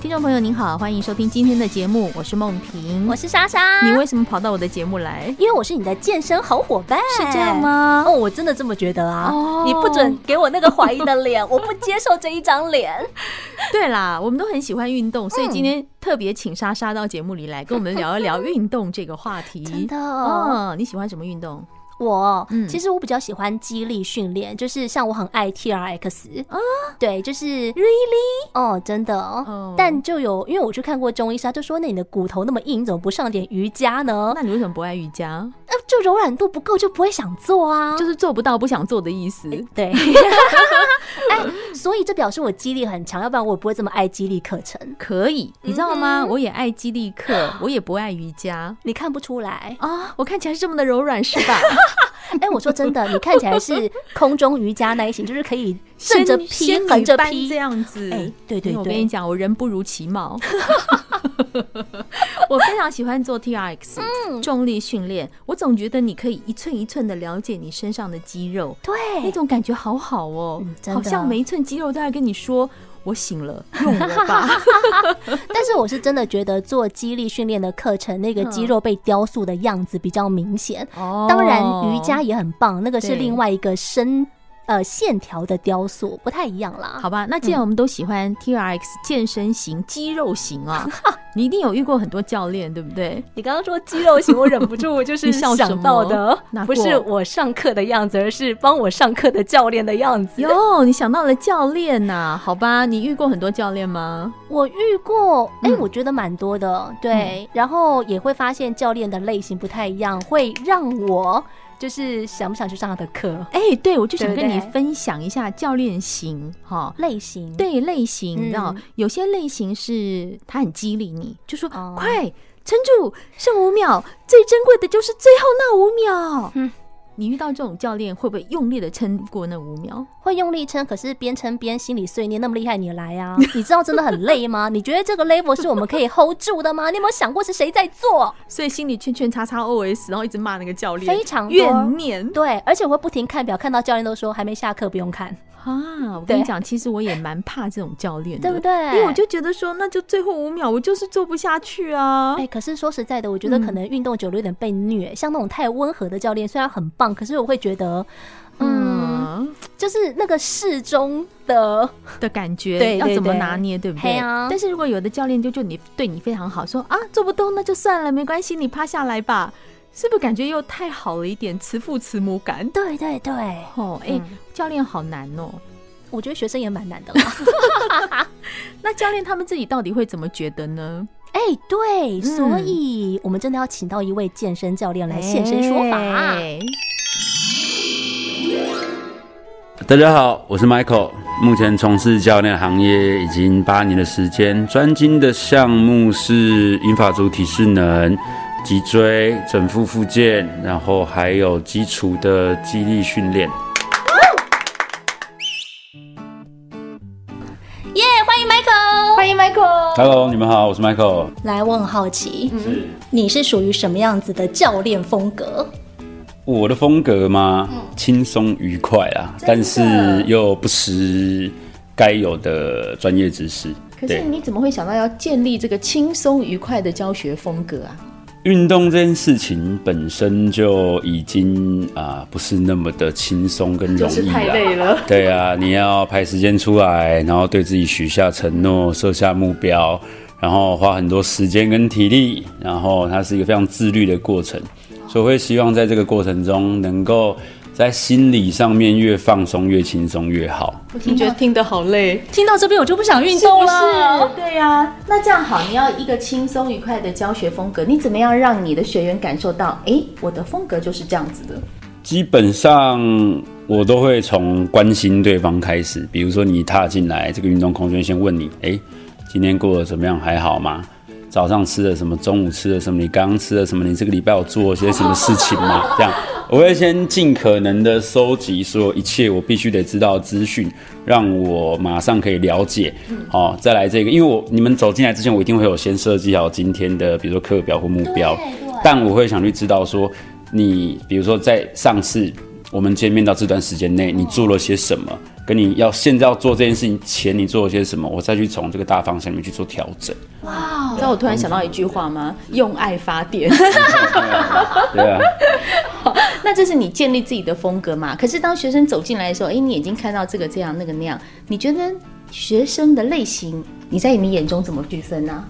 听众朋友您好，欢迎收听今天的节目，我是梦萍。我是啊莎莎。你为什么跑到我的节目来？因为我是你的健身好伙伴，是这样？吗？哦，我真的这么觉得啊！哦你不准给我那个怀疑的 脸，我不接受这一张脸。对啦，我们都很喜欢运动，嗯所以今天特别请莎莎到节目里来跟我们聊一聊运动这个话题。真的哦，你喜欢什么运动？我、嗯其实我比较喜欢肌力训练，就是像我很爱 T R X 啊，对，就是 really 哦，真的哦。哦但就有因为我去看过中医师，他就说那你的骨头那么硬，你怎么不上点瑜伽呢？那你为什么不爱瑜伽？呃，就柔软度不够，就不会想做啊。就是做不到不想做的意思。 对，哎，所以这表示我肌力很强，要不然我不会这么爱肌力课程。可以，你知道吗？嗯哼我也爱肌力 课，我也不爱瑜伽，你看不出来啊。我看起来是这么的柔软，是 吧？哎、我说真的，你看起来是空中瑜伽那一型，就是可以正着劈仙、横女着般劈这。样子。哎对对因为我跟对你讲，我人不如其 貌。我非常喜欢做 T R X 嗯重力训练，我总觉得你可以一寸一寸的了解你身上的肌肉，那 对，种感觉好好哦嗯，真的好像每一寸肌肉都在跟你说：“我醒 了，用我吧。但是我是真的觉得做肌力训练的课程，那个肌肉被雕塑的样子比较明显。”嗯哦当然，瑜伽也很棒，那个是对另外一个身呃线条的雕塑，不太一样啦。好吧，那既然我们都喜欢 T R X 健身型、肌肉型啊， 你一定有遇过很多教练，对不对？你刚刚说肌肉型，我忍不 住就是你笑什想么到的哦哪，不过是我上课的样子，而是帮我上课的教练的样子。哟，你想到了教练呐、好吧，你遇过很多教练吗？我遇过，哎、嗯我觉得蛮多的，对，然后也会发现教练的类型不太一样，会让我就是想不想去上他的课哎、对，我就想对跟不对你分享一下教练型哈。类型，，对类型，你知道嗯有些类型是他很激励你，就说、哦快撑住，剩五秒，最珍贵的就是最后那五秒。嗯你遇到这种教练，会不会用力的撑过那五秒？会用力撑，可是边撑边心里碎念，那么厉害你来啊？ 你知道真的很累吗？你觉得这个 level 是我们可以 hold 住的吗？你有没有想过是谁在 做？所以心里圈圈叉叉 OS，然后一直骂那个教练，非常多怨念对，而且我会不停看表，看到教练都说还没下课，不用看，啊！我跟你对讲，其实我也蛮怕这种教练的，对不？对？因为我就觉得说，那就最后五秒，我就是做不下去啊哎、。可是说实在的，我觉得可嗯能运动久了有点被虐。像那种太温和的教练，虽然很棒，可是我会觉得，嗯，就是那个适中的，的感觉，对要对怎么对拿捏，对不对？嘿啊但是如果有的教练就就你对你非常好，说啊做不动那就算了，没关系，你趴下来吧，是不是感觉又太好了一点，慈父慈母感？对对对， 哦，哎、嗯教练好难哦。我觉得学生也蛮难的 啦。那教练他们自己到底会怎么觉得呢？哎、对，所嗯以我们真的要请到一位健身教练来现身说法。哎大家好，我是 Michael，目前从事教练行业已经八年的时间，专精的项目是英法足体适能、脊椎、整腹复健，然后还有基础的肌力训练。耶欢迎 Michael。欢迎 Michael。 Hello，你们好，我是 Michael。来，我很好奇，是你是属于什么样子的教练风格？我的风格嘛，嗯轻松愉快啊，但是又不失该有的专业知识。可是你怎么会想到要建立这个轻松愉快的教学风格啊？运动这件事情本身就已经啊、不是那么的轻松跟容易啊了。 了。对啊，你要排时间出来，然后对自己许下承诺，设下目标，然后花很多时间跟体力，然后它是一个非常自律的过程，所以我会希望在这个过程中能够在心理上面越放松越轻松越好。我听觉得听得好 累，听到这边我就不想运动了。是？对呀、那这样好，你要一个轻松愉快的教学风格，你怎么样让你的学员感受到，哎，我的风格就是这样子的？基本上我都会从关心对方开始，比如说你一踏进来这个运动空间，先问你，哎、今天过得怎么样？还好吗？ 早上吃了什么？中午吃了什么？你刚刚吃了什么？你这个礼拜有做些什么事情吗？这样我会先尽可能的收集所有一切我必须得知道的资讯，让我马上可以了解。嗯好、再来这个，因为我你们走进来之前，我一定会有先设计好今天的，比如说课表或目标对对，但我会想去知道说，你比如说在上次我们见面到这段时间内，你做了些什么，跟你要现在要做这件事情前，你做了些什么，我再去从这个大方向里面去做调整。你知道我突然想到一句话吗？用爱发 电。对啊，那这是你建立自己的风格嘛？可是当学生走进来的时候，哎，你已经看到这个这样那个那样，你觉得学生的类型，你在你眼中怎么区分呢、啊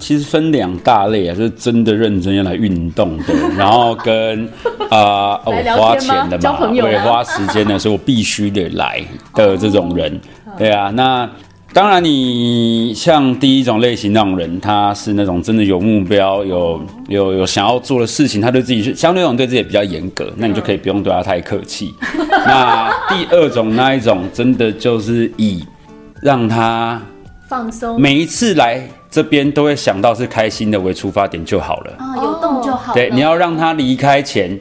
其实分两大类啊，就是真的认真要来运动 的，然后跟啊、来我聊花天吗哦钱的交嘛，朋友我也啊花时间的，所以我必须得来的这种人，嗯对啊，那。当然，你像第一种类型那种人，他是那种真的有目标、有有有想要做的事情，他对自己是相对那种对自己也比较严嗯格，那你就可以不用对他太客气。 那第二种那一种，真的就是以让他放松每一次来这边都会想到是开心的为出发点就好了。啊，哦有动就好对，你要让他离开前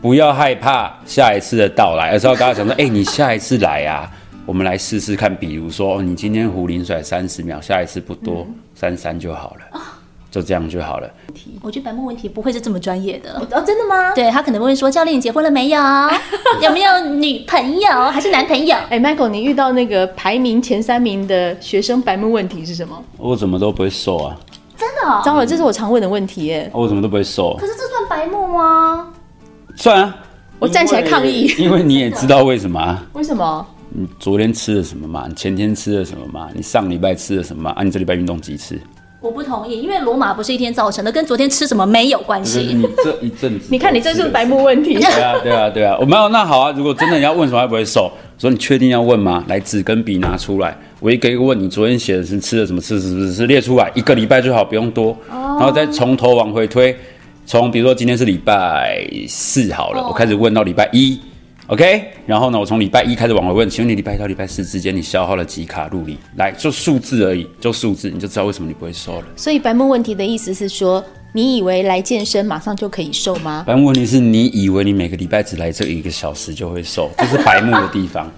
不要害怕下一次的到来，而是要跟他讲说：“哎、你下一次来 啊，我们来试试看。比如说，哦你今天壶铃甩三十秒，下一次不多嗯三三、33就好哦了，就这样就好了。我觉得白目问题不会是这么专业的。哦，真的吗？对他可能会说：“教练，你结婚了没 有？有没有女朋友还是男朋友哎，Michael，你遇到那个排名前三名的学生白目问题是什么？我怎么都不会瘦啊，？”真的、哦？糟了，这是我常问的问题耶。我怎么都不会瘦、啊可，是这算白目吗？算啊。我站起来抗议因为，因为你也知道为什么、啊。为什么？你昨天吃了什么嘛？你前天吃了什么嘛？你上礼拜吃了什么嘛？啊，你这礼拜运动几次？我不同意，因为罗马不是一天造成的，跟昨天吃什么没有关就是嗯系。你这一阵子，你看你这就是白目问题。对 啊，对啊，对啊，我没有。那好啊，如果真的你要问什么，会不会瘦？我说你确定要问吗？来，纸跟笔拿出来，我一个一个问你。昨天写的是吃了什么，吃什么，是列出来，一个礼拜最好，不用多。哦然后再从头往回推，从比如说今天是礼拜四好哦了，我开始问到礼拜一，OK？然后呢，我从礼拜一开始往回问，请问你礼拜一到礼拜四之间你消耗了几卡路里？来，就数字而已，就数字，你就知道为什么你不会瘦了。所以白目问题的意思是说，你以为来健身马上就可以瘦吗？但问题是你以为你每个礼拜只来这一个小时就会瘦，这是白目的地方。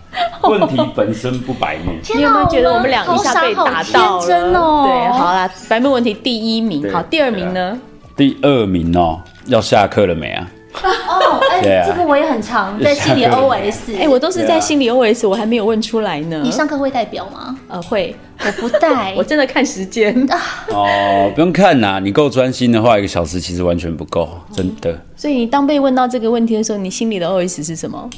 问题本身不白目，你有没有觉得我们俩一下被打好到了？傻好天真哦对，好啦，白目问题第一名，对好，第二名呢？第二名哦，要下课了没啊？哦，哎、对啊这个我也很常在心里 OS。哎、我都是对在啊心里 OS，我还没有问出来呢。啊你上课会带表吗？呃会，。我嗯不带我真的看时间，哦，不用看呐、你够专心的话，一个小时其实完全不够，真的。所以你当被问到这个问题的时候，你心里的 OS 是什么？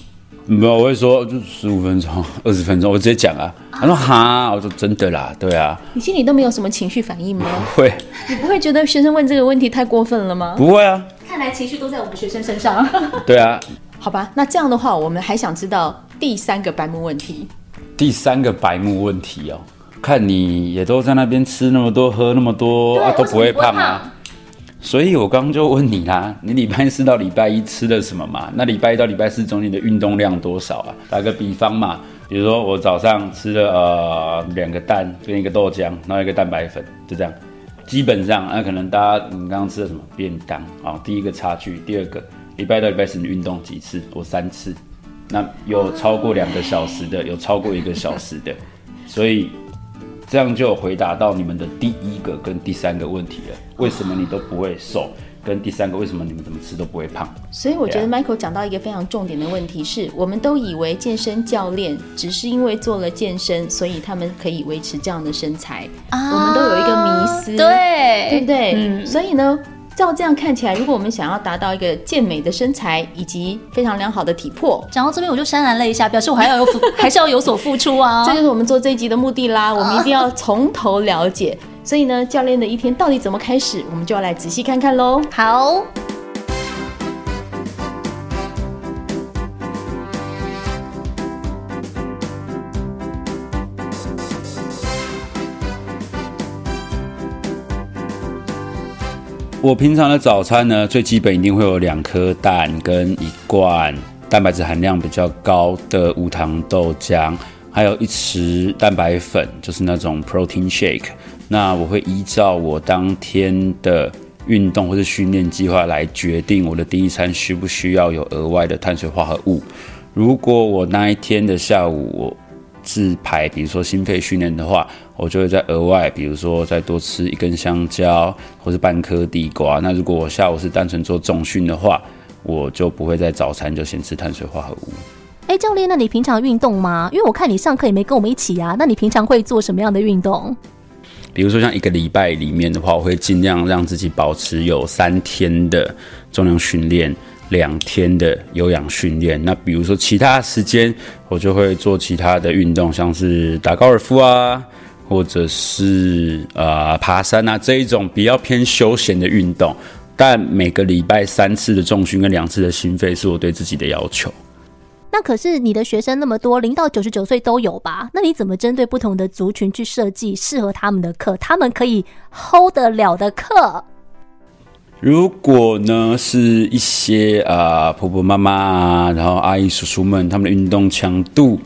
没有，我会说就十五分钟、 二十分钟，我直接讲啊。他说哈，我说真的啦，对啊，你心里都没有什么情绪反应吗？会你不会觉得学生问这个问题太过分了吗？不会啊？看来情绪都在我们学生身上。对啊。好吧，那这样的话，我们还想知道第三个白目问题。第三个白目问题哦，看你也都在那边吃那么多、喝那么多，啊、都不会胖啊。所以我刚刚就问你啦，你礼拜四到礼拜一吃了什么嘛？那礼拜一到礼拜四中间的运动量多少啊？打个比方嘛，比如说我早上吃了呃两个蛋跟一个豆浆，然后一个蛋白粉，就这样。基本上，啊那、可能大家你刚刚吃了什么便当啊、第一个差距，第二个礼拜到礼拜四你运动几次？我三次。那有超过两个小时的，有超过一个小时的，所以这样就回答到你们的第一个跟第三个问题了。为什么你都不会瘦？跟第三个为什么你们怎么吃都不会胖？所以我觉得 Yeah. Michael 讲到一个非常重点的问题是，我们都以为健身教练只是因为做了健身，所以他们可以维持这样的身材，我们都有一个迷思，对对，不对？所以呢，照这样看起来，如果我们想要达到一个健美的身材以及非常良好的体魄，讲到这边我就潸然泪下，表示我还要有付， 还是要有所付出啊。这就是我们做这一集的目的啦。我们一定要从头了解。所以呢，教练的一天到底怎么开始，我们就要来仔细看看喽。好，我平常的早餐呢，最基本一定会有两颗蛋跟一罐蛋白质含量比较高的无糖豆浆，还有一匙蛋白粉，就是那种 protein shake。那我会依照我当天的运动或者训练计划来决定我的第一餐需不需要有额外的碳水化合物。如果我那一天的下午我自排，比如说心肺训练的话，我就会再额外，比如说再多吃一根香蕉或是半颗地瓜。那如果我下午是单纯做重训的话，我就不会在早餐就先吃碳水化合物。哎，教练，那你平常运动吗？因为我看你上课也没跟我们一起啊。那你平常会做什么样的运动？比如说像一个礼拜里面的话，我会尽量让自己保持有三天的重量训练，两天的有氧训练。那比如说其他时间，我就会做其他的运动，像是打高尔夫啊，或者是呃爬山啊这一种比较偏休闲的运动。但每个礼拜三次的重训跟两次的心肺是我对自己的要求。那可是你的学生那么多，零到九十九岁都有吧？那你怎么针对不同的族群去设计适合他们的课，他们可以 hold 得了的课？如果呢是一些啊、呃、婆婆妈妈啊，然后阿姨叔叔们，他们的运动强度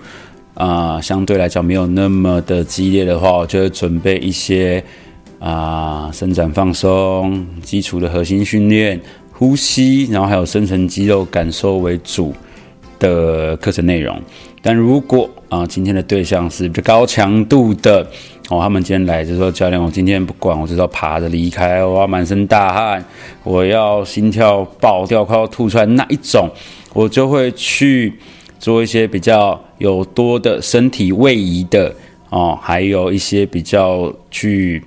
啊、呃、相对来讲没有那么的激烈的话，我就会准备一些啊、呃、伸展放松、基础的核心训练、呼吸，然后还有深层肌肉感受为主。的课程内容，但如果啊、呃，今天的对象是比较高强度的哦，他们今天来就说教练，我今天不管，我就是要爬着离开，我要满身大汗，我要心跳爆掉，快要吐出来那一种，我就会去做一些比较有多的身体位移的哦，还有一些比较去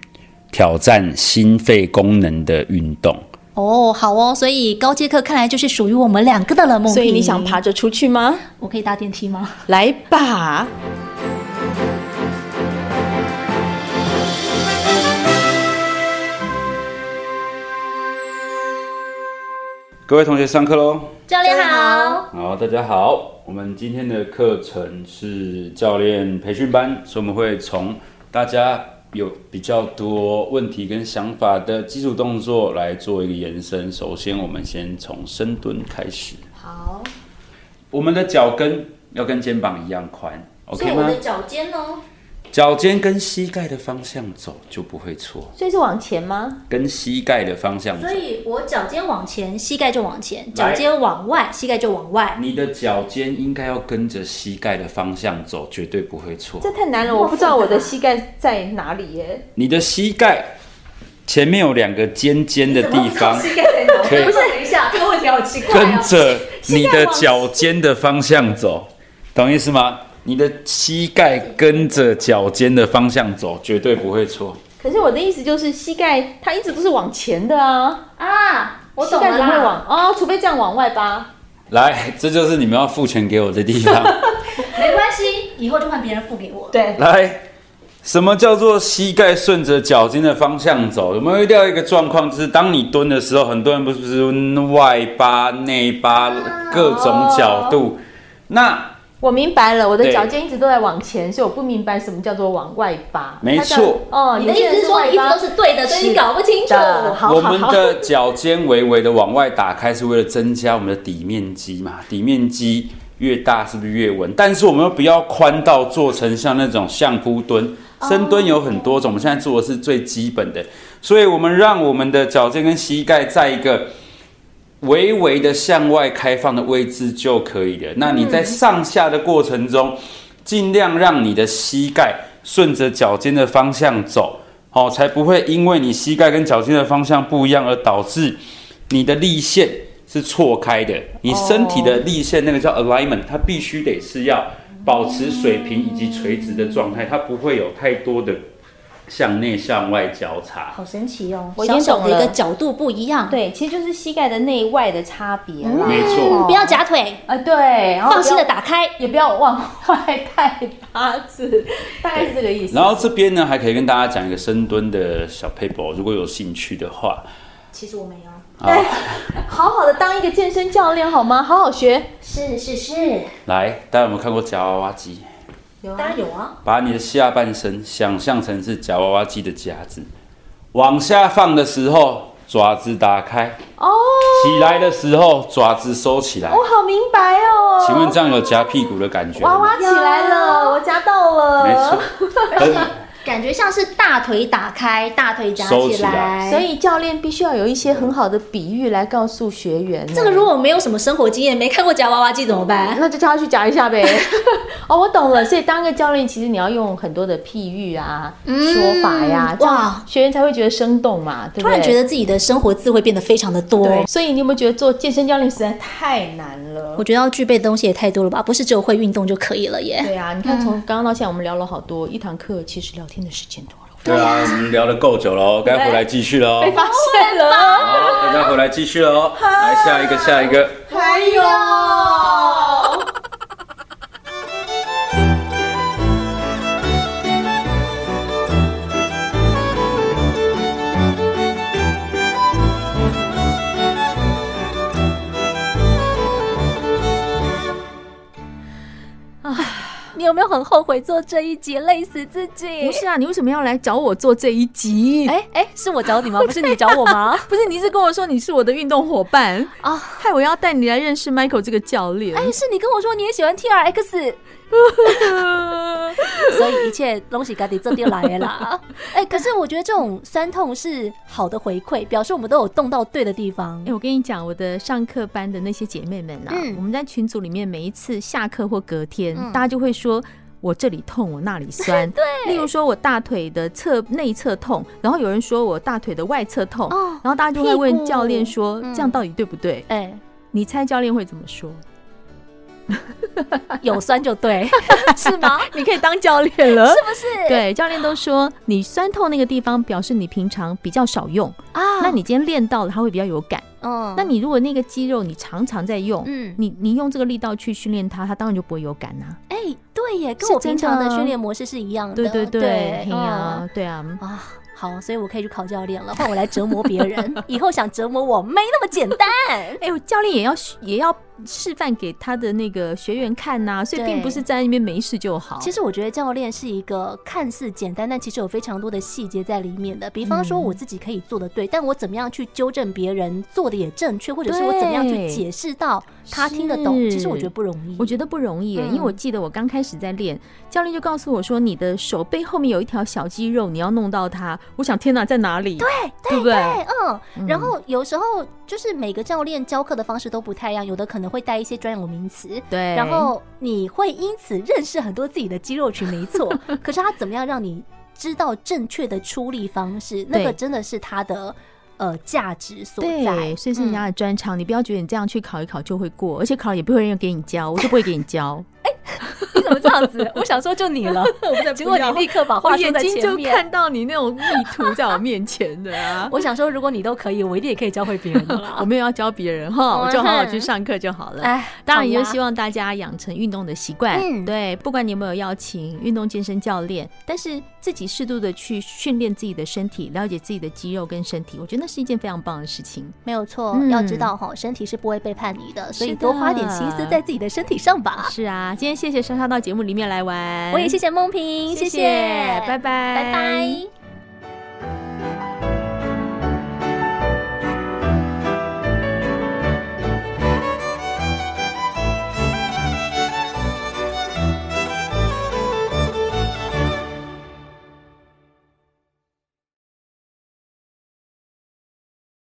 挑战心肺功能的运动。哦，好哦，所以高阶课看来就是属于我们两个的了，梦所以你想爬着出去吗？我可以搭电梯吗？来吧。各位同学，上课喽！教练好。好，大家好。我们今天的课程是教练培训班，所以我们会从大家。有比较多问题跟想法的基础动作来做一个延伸。首先，我们先从深蹲开始。好，我们的脚跟要跟肩膀一样宽，OK 吗？我的脚尖哦，脚尖跟膝盖的方向走就不会错。所以是往前吗？跟膝盖的方向走。所以我脚尖往前，膝盖就往前；脚尖往外，膝盖就往外。你的脚尖应该要跟着膝盖的方向走，绝对不会错。这太难了，我不知道我的膝盖在哪里耶。你的膝盖前面有两个尖尖的地方， 膝盖在哪？可以不是，等一下，这个问题好奇怪、哦。跟着你的脚尖的方向走，懂意思吗？你的膝盖跟着脚尖的方向走，绝对不会错。可是我的意思就是，膝盖它一直都是往前的啊啊！我膝懂盖了不会往啦。哦，除非这样往外吧。来，这就是你们要付钱给我的地方。 没关系，以后就换别人付给我。对，来，什么叫做膝盖顺着脚尖的方向走？有没有遇到一个状况，就是当你蹲的时候，很多人不是不是外八、内八，各种角度。那我明白了，我的对脚尖一直都在往前，所以我不明白什么叫做往外拔。没它叫错哦，你的意思是说外一直八都是对的，所以你搞不清楚。的，好我好们好。的脚尖微微的往外打开，是为了增加我们的底面积嘛？底面积越大，是不是越稳？但是我们又不要宽到做成像那种相扑蹲、哦深蹲有很多种，我们现在做的是最基本的。所以，我们让我们的脚尖跟膝盖在一个微微的向外开放的位置就可以了。那你嗯在上下的过程中，尽量让你的膝盖顺着脚尖的方向走，哦，才不会因为你膝盖跟脚尖的方向不一样而导致你的力线是错开的。你身体的力线那个叫 alignment，它必须得是要保持水平以及垂直的状态，它不会有太多的向内向外交叉。好神奇哦，我已小经小懂的一个了角度不一样。，对，其实就是膝盖的内外的差别啦。没错，不要夹腿，啊，对，然嗯后放心的不要打开。也不要往外带八字，大概是这个意思。然后这边呢，还可以跟大家讲一个深蹲的小 paper，如果有兴趣的话，其实我没有。啊，好好的当一个健身教练好吗？好好学。是是是，来，大家有没有看过夹娃娃机？有当然有啊。把你的下半身想象成是夹娃娃机的夹子，往下放的时候爪子打开，哦，起来的时候爪子收起来。我好明白哦。请问这样有夹屁股的感觉娃吗？ 娃起来了，我夹到了。没错，很感觉像是大腿打开，大腿夹收起起来来。所以教练必须要有一些很好的比喻来告诉学员呢。这个如果没有什么生活经验，没看过夹娃娃机怎么办？那就叫他去夹一下呗。 哦，我懂了。所以当个教练，其实你要用很多的譬喻啊、说法呀、这哇嗯哇，学员才会觉得生动嘛，对突不对？然觉得自己的生活智慧变得非常的多。对。所以你有没有觉得做健身教练实在太难了我？觉得要具备的东西也太多了吧，不是只有会运动就可以了耶。对啊，你看从刚刚到现在，我们聊了好多，一堂课其实聊天的时间多了，对啊，我们聊得够久了哦，该回来继续了被哦。发现了。好，大家回来继续了哦。来下一个，下一个。还有，你有没有很后悔做这一集，累死自己？不是啊，你为什么要来找我做这一集？哎哎，是我找你吗？不是你找我 吗？不是，你一直跟我说你是我的运动伙伴 啊啊，害我要带你来认识 Michael 这个教练。哎，是你跟我说你也喜欢 T R X，所以一切东西赶紧这就来了 啦。哎，可是我觉得这种酸痛是好的回馈，表示我们都有动到对的地方哎、。我跟你讲，我的上课班的那些姐妹们啊，嗯我们在群组里面，每一次下课或隔天，嗯大家就会说。我这里痛，我那里酸。 对，例如说我大腿的侧内侧痛，然后有人说我大腿的外侧痛，哦然后大家就屁会股问教练说、嗯这样到底对不对？哎，你猜教练会怎么说？有酸就对， 是吗？ 你可以当教练了，不是 对，教练都说你酸痛那个地方，表示你平常比较少用，啊那你今天练到了，它会比较有感。嗯那你如果那个肌肉你常常在用，嗯你你用这个力道去训练它，它当然就不会有感呐、哎，对耶，跟是我平真的常的啊训练模式是一样的。对对对，哎嗯呀，对啊，啊，好，所以我可以去考教练了，换我来折磨别人。 以后想折磨我没那么简单。哎、呦，教练也要也要示范给他的那个学员看呐、所以并对不是站在那边没事就好。其实我觉得教练是一个看似简单，但其实有非常多的细节在里面的。比方说，我嗯自己可以做的对，但我怎么样去纠正别人做的也正确，或者是我怎么样去对解释到他听得懂，是其实我觉得不容易。我觉得不容易耶、因为嗯我记得我刚开始在练，教练就告诉我说，你的手背后面有一条小肌肉，你要弄到它。我想，天哪，在哪里？对对不对？对，嗯，然后有时候就是每个教练教课的方式都不太一样，有的可能会带一些专有名词，对，然后你会因此认识很多自己的肌肉群，没 错。可是他怎么样让你知道正确的出力方式？那个对真的是他的呃价值所在对，。所以嗯是人家的专长，你不要觉得你这样去考一考就会过，而且考了也不会有人给你教，我就不会给你 教。你 怎么这样子？我想说就你 了，结果你立刻把话我说眼在睛前就面。！看到你那种意图在我面前的啊 我想说，如果你都可以，我一定也可以教会别人的啦。 我没有要教别人哈，嗯我就好好去上课就好了。哎，当然，也就好啦希望大家养成运动的习惯。嗯对，不管你有没有邀请运动健身教练，但是自己适度的去训练自己的身体，了解自己的肌肉跟身体，我觉得那是一件非常棒的事情。没有错，嗯要知道哈，身体是不会背叛你的，所以是的多花点心思在自己的身体上吧。是啊，今天谢谢莎莎到节目里面来玩，我也谢谢梦萍，谢谢，拜拜，拜拜。